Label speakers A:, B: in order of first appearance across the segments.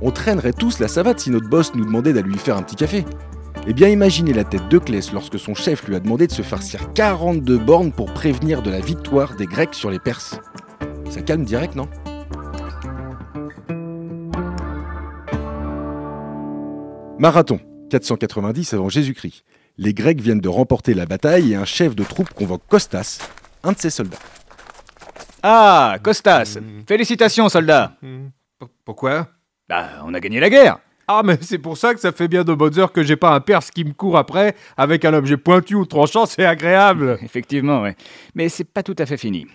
A: on traînerait tous la savate si notre boss nous demandait d'aller lui faire un petit café. Eh bien imaginez la tête de Clès lorsque son chef lui a demandé de se farcir 42 bornes pour prévenir de la victoire des Grecs sur les Perses. Ça calme direct, non Marathon, 490 avant Jésus-Christ. Les Grecs viennent de remporter la bataille et un chef de troupe convoque Costas, un de ses soldats.
B: Ah, Costas Félicitations, soldat
C: Hmm. Pourquoi
B: Bah, on a gagné la guerre
C: Ah, mais c'est pour ça que ça fait bien de bonnes heures que j'ai pas un perse qui me court après avec un objet pointu ou tranchant, c'est agréable
B: Effectivement, ouais. Mais c'est pas tout à fait fini.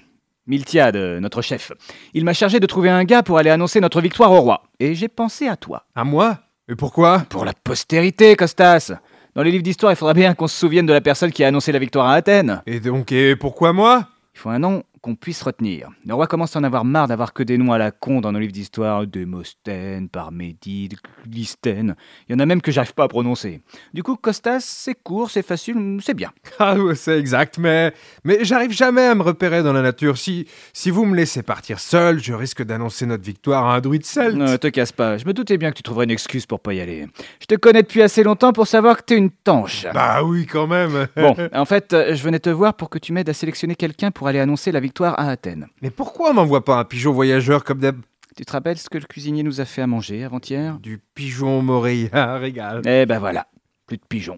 B: Miltiade, euh, notre chef, il m'a chargé de trouver un gars pour aller annoncer notre victoire au roi. Et j'ai pensé à toi.
C: À moi Et pourquoi
B: Pour la postérité, Costas Dans les livres d'histoire, il faudra bien qu'on se souvienne de la personne qui a annoncé la victoire à Athènes.
C: Et donc, et pourquoi moi
B: Il faut un nom qu'on puisse retenir. Le roi commence à en avoir marre d'avoir que des noms à la con dans nos livres d'histoire. Démosthène, Parmédide, Clisthène. Il y en a même que j'arrive pas à prononcer. Du coup, Costas, c'est court, c'est facile, c'est bien.
C: Ah, ouais, c'est exact, mais. Mais j'arrive jamais à me repérer dans la nature. Si, si vous me laissez partir seul, je risque d'annoncer notre victoire à un druide celte.
B: Non, te casse pas. Je me doutais bien que tu trouverais une excuse pour pas y aller. Je te connais depuis assez longtemps pour savoir que t'es une tanche.
C: Bah oui, quand même
B: Bon, en fait, euh, je venais te voir pour que tu m'aides à sélectionner quelqu'un pour aller annoncer la victoire à Athènes.
C: Mais pourquoi on m'envoie pas un pigeon voyageur comme d'hab...
B: Tu te rappelles ce que le cuisinier nous a fait à manger avant-hier
C: Du pigeon Moria, régal.
B: Eh ben voilà, plus de pigeons.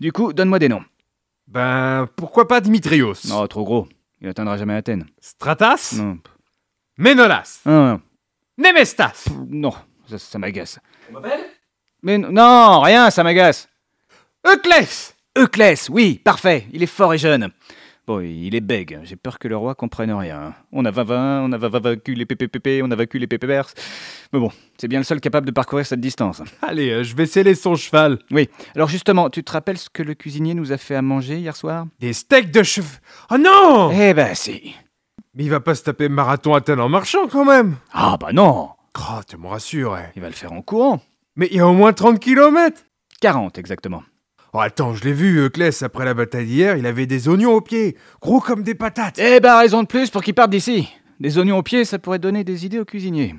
B: Du coup, donne-moi des noms.
C: Ben, pourquoi pas Dimitrios
B: Non, trop gros. Il atteindra jamais Athènes.
C: Stratas
B: Non.
C: Ménolas
B: Ah,
C: Némestas
B: non, ça, ça m'agace. Mais n- non, rien, ça m'agace.
C: Euclès
B: Euclès, oui, parfait. Il est fort et jeune. Bon, il est bègue. J'ai peur que le roi comprenne rien. hein. On a 20 on a va- va- vaincu les PPPP, on a vaincu les PPPers. Mais bon, c'est bien le seul capable de parcourir cette distance.
C: Allez, euh, je vais sceller son cheval.
B: Oui. Alors justement, tu te rappelles ce que le cuisinier nous a fait à manger hier soir
C: Des steaks de cheveux. Oh non
B: Eh ben si.
C: Mais il va pas se taper marathon Athènes en marchant quand même
B: Ah bah non
C: Oh, tu me rassures, eh.
B: Il va le faire en courant.
C: Mais il y a au moins 30 kilomètres
B: 40 exactement.
C: Oh, attends, je l'ai vu, Euclès, après la bataille d'hier, il avait des oignons aux pieds, gros comme des patates.
B: Eh ben raison de plus pour qu'il parte d'ici. Des oignons au pied, ça pourrait donner des idées aux cuisiniers.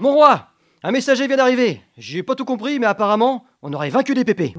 D: Mon roi, un messager vient d'arriver. J'ai pas tout compris, mais apparemment, on aurait vaincu les pépés.